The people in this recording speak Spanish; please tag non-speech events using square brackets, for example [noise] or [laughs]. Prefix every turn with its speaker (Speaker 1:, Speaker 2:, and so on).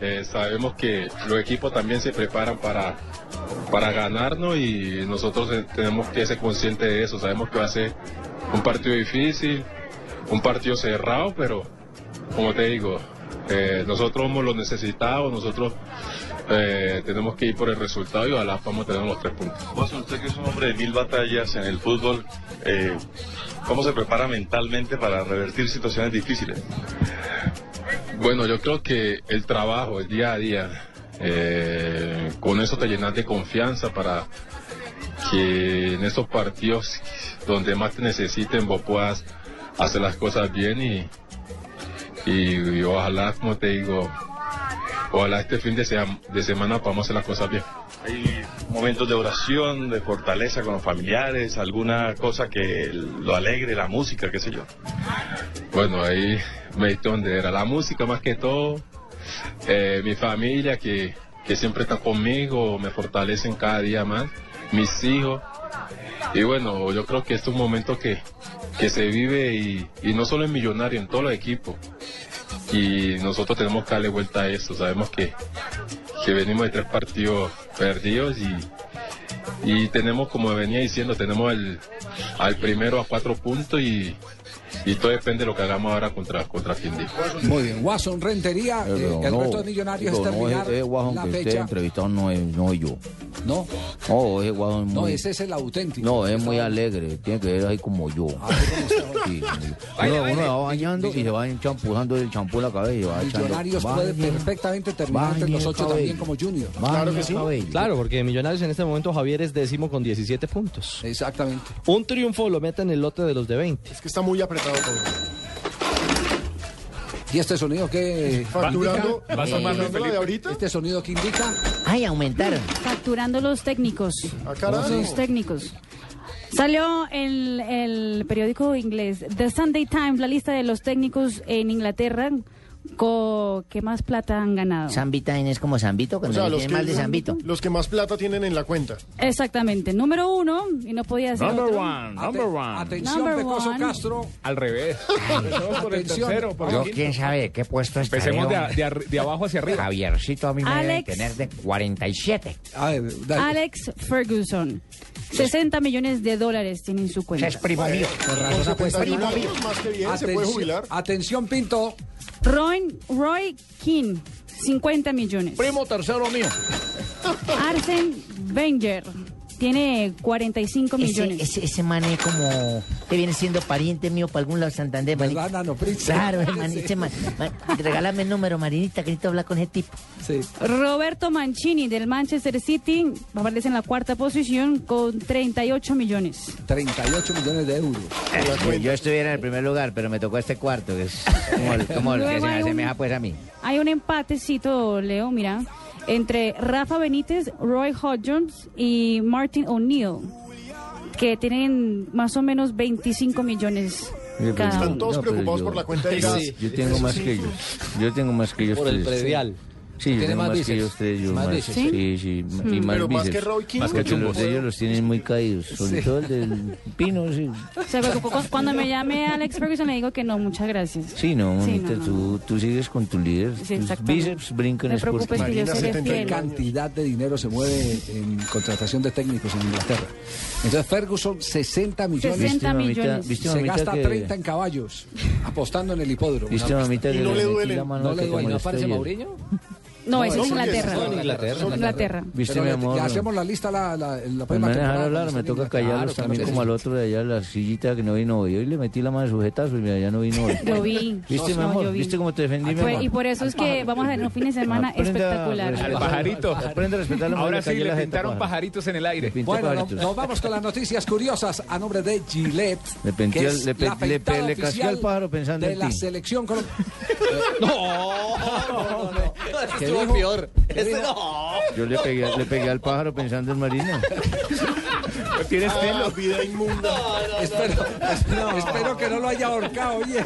Speaker 1: Eh, sabemos que los equipos también se preparan para, para ganarnos y nosotros eh, tenemos que ser conscientes de eso. Sabemos que va a ser un partido difícil, un partido cerrado, pero como te digo, eh, nosotros somos los necesitados, nosotros eh, tenemos que ir por el resultado y ojalá podamos tener los tres puntos.
Speaker 2: Watson, usted que es un hombre de mil batallas en el fútbol, eh, ¿cómo se prepara mentalmente para revertir situaciones difíciles?
Speaker 1: Bueno, yo creo que el trabajo, el día a día, eh, con eso te llenas de confianza para que en esos partidos donde más te necesiten vos puedas hacer las cosas bien y, y- y ojalá, como te digo, ojalá este fin de, sea- de semana podamos hacer las cosas bien.
Speaker 2: ¿Hay momentos de oración, de fortaleza con los familiares, alguna cosa que lo alegre, la música, qué sé yo?
Speaker 1: Bueno, ahí me diste donde era la música más que todo, eh, mi familia que, que siempre está conmigo, me fortalecen cada día más, mis hijos. Y bueno, yo creo que este es un momento que, que se vive y, y no solo en Millonario, en todos los equipos. Y nosotros tenemos que darle vuelta a eso, sabemos que, que venimos de tres partidos perdidos y, y tenemos, como venía diciendo, tenemos el, al primero a cuatro puntos y, y todo depende de lo que hagamos ahora contra, contra Quindío.
Speaker 3: Muy bien, Guasón Rentería, eh,
Speaker 4: Pero
Speaker 3: el
Speaker 4: no,
Speaker 3: reto de Millonarios
Speaker 4: digo,
Speaker 3: es terminar
Speaker 4: no, ese Guasón
Speaker 3: la
Speaker 4: que usted
Speaker 3: fecha.
Speaker 4: entrevistado no es, no es yo.
Speaker 3: No,
Speaker 4: No, ese Guasón es
Speaker 3: no,
Speaker 4: muy-
Speaker 3: ese es el Ah, auténtico.
Speaker 4: Mm. no, es muy alegre, tiene que ver ahí como yo. [laughs] Sí, sí. uno, uno va bañando y se va enchampuzando el champú en la cabeza y va echando.
Speaker 3: Millonarios
Speaker 4: Baña,
Speaker 3: puede perfectamente terminar entre
Speaker 4: baña
Speaker 3: los ocho
Speaker 4: el
Speaker 3: también
Speaker 4: cabello.
Speaker 3: como Junior.
Speaker 4: baña el cabello.
Speaker 5: Claro, porque Millonarios en este momento Javier es décimo con 17 puntos.
Speaker 3: Exactamente.
Speaker 5: Un triunfo lo mete en el lote de los de 20.
Speaker 6: Es que está muy apretado todo.
Speaker 3: ¿Y este sonido qué?
Speaker 6: Facturando.
Speaker 3: indica?
Speaker 6: ¿Vas a amarlo,
Speaker 3: Eh,
Speaker 6: Felipe? ahorita?
Speaker 3: ¿Este sonido que indica?
Speaker 4: Ay, aumentaron.
Speaker 7: Facturando los técnicos.
Speaker 6: Ah, carajo.
Speaker 7: Los técnicos. Salió el, el periódico inglés The Sunday Times, la lista de los técnicos en Inglaterra co- que más plata han ganado.
Speaker 4: Zambita es como Zambito,
Speaker 6: O
Speaker 4: cuando
Speaker 6: sea,
Speaker 4: le
Speaker 6: los
Speaker 4: tiene
Speaker 6: que,
Speaker 4: mal de Zambito.
Speaker 6: los que más plata tienen en la cuenta.
Speaker 7: Exactamente, número uno, y no podía ser otro.
Speaker 3: Ate- Atención,
Speaker 7: Number
Speaker 3: Pecoso
Speaker 7: one.
Speaker 3: Castro.
Speaker 1: Al
Speaker 3: [laughs]
Speaker 1: revés.
Speaker 3: por el Atención. tercero, por
Speaker 4: Yo quién sabe qué puesto estaré.
Speaker 1: Empecemos de,
Speaker 4: hombre.
Speaker 1: abajo hacia arriba.
Speaker 4: Javiercito a mí me debe
Speaker 7: Alex.
Speaker 4: tener de 47.
Speaker 3: A ver, dale.
Speaker 7: Alex Ferguson. 60 millones de dólares tiene en su
Speaker 4: Ese
Speaker 7: cuenta.
Speaker 4: es primo mío.
Speaker 6: Con 71
Speaker 4: primo mío.
Speaker 6: años, más que bien, ¿eh? se puede
Speaker 3: Atención,
Speaker 6: jubilar.
Speaker 3: atención, Pinto.
Speaker 7: Roy, Roy King, 50 millones.
Speaker 4: Primo tercero mío.
Speaker 7: Arsen Wenger tiene 45
Speaker 4: Ese,
Speaker 7: millones.
Speaker 4: ese, ese man es como que viene siendo pariente mío para algún lado de Santander, manito.
Speaker 3: ¿Verdad, Nano Prince?
Speaker 4: Claro, ese man, ese man, man, regálame el número, Marinita, que necesito hablar con ese tipo.
Speaker 3: Sí.
Speaker 7: Roberto Mancini del Manchester City aparece en la cuarta posición con 38 millones.
Speaker 3: 38 millones de euros.
Speaker 4: Pues Yo estuviera en el primer lugar, pero me tocó este cuarto, que es como el,
Speaker 7: el que Luego se me hay un- asemeja,
Speaker 4: pues a mí.
Speaker 7: Hay un empatecito, Leo, mira, entre Rafa Benítez, Roy Hodgins y Martin O'Neill, que tienen más o menos 25 millones cada
Speaker 6: Están
Speaker 7: uno.
Speaker 6: todos
Speaker 4: No, pero
Speaker 6: preocupados
Speaker 4: yo-
Speaker 6: por la cuenta de gas.
Speaker 4: Yo tengo más que ellos. Yo tengo más que ellos
Speaker 5: Por el
Speaker 4: tres.
Speaker 5: predial.
Speaker 4: Sí, yo
Speaker 3: Tiene
Speaker 4: tengo
Speaker 3: más
Speaker 4: más, que
Speaker 3: bíceps.
Speaker 4: ellos tres. Yo
Speaker 3: Más
Speaker 4: más,
Speaker 3: bíceps.
Speaker 4: Sí, sí. Y más
Speaker 6: Mm. Pero más que
Speaker 4: bíceps.
Speaker 6: Roy King. Más que
Speaker 4: Porque los
Speaker 6: chumbos.
Speaker 4: de ellos los tienen muy caídos. Sobre todo el del Pino, sí.
Speaker 7: O sea, cu- cu- cu- cuando me llame Alex Ferguson le digo que no, muchas gracias.
Speaker 4: Sí, no,
Speaker 7: Sí,
Speaker 4: mamita,
Speaker 7: no, no.
Speaker 4: Tú, tú sigues con tu líder.
Speaker 7: Sí,
Speaker 4: Tus
Speaker 7: exactamente.
Speaker 4: bíceps brincan
Speaker 7: No
Speaker 4: es
Speaker 7: te preocupes
Speaker 4: porque-
Speaker 7: que yo
Speaker 6: Marina,
Speaker 7: seré
Speaker 6: 70 y
Speaker 3: ¿Qué
Speaker 7: fiel.
Speaker 3: cantidad de dinero se mueve en contratación de técnicos en Inglaterra? Entonces, Ferguson, 60 millones.
Speaker 7: 60 millones.
Speaker 4: ¿Viste,
Speaker 3: Se
Speaker 4: mamita,
Speaker 3: gasta
Speaker 4: que-
Speaker 3: 30 en caballos, apostando en el hipódromo.
Speaker 4: ¿Viste,
Speaker 3: Una
Speaker 4: mamita?
Speaker 6: Y
Speaker 4: que
Speaker 6: no le
Speaker 4: metí
Speaker 6: duelen.
Speaker 4: la mano
Speaker 3: No
Speaker 4: que
Speaker 3: le
Speaker 4: te
Speaker 3: duelen. ¿No
Speaker 4: molestó
Speaker 3: aparece
Speaker 4: ayer?
Speaker 3: Mourinho?
Speaker 7: No, ese es
Speaker 6: porque
Speaker 7: Inglaterra.
Speaker 6: ese es
Speaker 7: Inglaterra. Inglaterra.
Speaker 4: Viste,
Speaker 3: Pero
Speaker 4: mi
Speaker 3: le-
Speaker 4: amor.
Speaker 3: Ya hacemos la lista la, la, la
Speaker 4: Pues me
Speaker 3: próxima
Speaker 4: dejaron
Speaker 3: temporada,
Speaker 4: hablar,
Speaker 3: cuando
Speaker 4: me
Speaker 3: esté en
Speaker 4: toca
Speaker 3: Inglaterra.
Speaker 4: callarlos
Speaker 3: Claro,
Speaker 4: también
Speaker 3: claro que
Speaker 4: como
Speaker 3: sí.
Speaker 4: al otro de allá, la sillita que no vino hoy. Hoy le metí la mano de sujetazo y mira, ya no vino hoy.
Speaker 7: Yo vi.
Speaker 4: ¿Viste, mi
Speaker 7: No,
Speaker 4: amor?
Speaker 7: yo vi.
Speaker 4: ¿Viste cómo te defendí, mi
Speaker 7: Fue-
Speaker 4: amor?
Speaker 7: y por eso es que vamos a tener un fin de semana espectacular.
Speaker 4: Aprende a respetar la mujer,
Speaker 8: Ahora
Speaker 4: le
Speaker 8: sí
Speaker 4: cayó
Speaker 8: le
Speaker 4: la jeta,
Speaker 8: pintaron
Speaker 4: pájaro.
Speaker 8: pajaritos en el aire.
Speaker 4: pinté
Speaker 3: Bueno, no-
Speaker 4: pajaritos.
Speaker 3: nos vamos con las noticias curiosas a nombre de Gillette.
Speaker 4: Le
Speaker 3: que
Speaker 4: pintió-
Speaker 3: es
Speaker 4: le pe-
Speaker 3: la
Speaker 4: le pe-
Speaker 3: afeitada
Speaker 4: le casqué
Speaker 3: oficial
Speaker 4: al pájaro pensando
Speaker 3: de
Speaker 4: en
Speaker 3: la
Speaker 4: ti.
Speaker 9: [laughs]
Speaker 3: selección colombiana.
Speaker 9: Este
Speaker 3: ¿Qué
Speaker 9: estuvo
Speaker 3: dijo?
Speaker 9: peor.
Speaker 3: ¿Qué
Speaker 9: Este
Speaker 3: dijo?
Speaker 9: no.
Speaker 4: Yo le pegué, le pegué al pájaro pensando en Marina.
Speaker 8: Tienes
Speaker 6: pelo. vida inmunda.
Speaker 3: Espero, espero que no lo haya ahorcado, oye.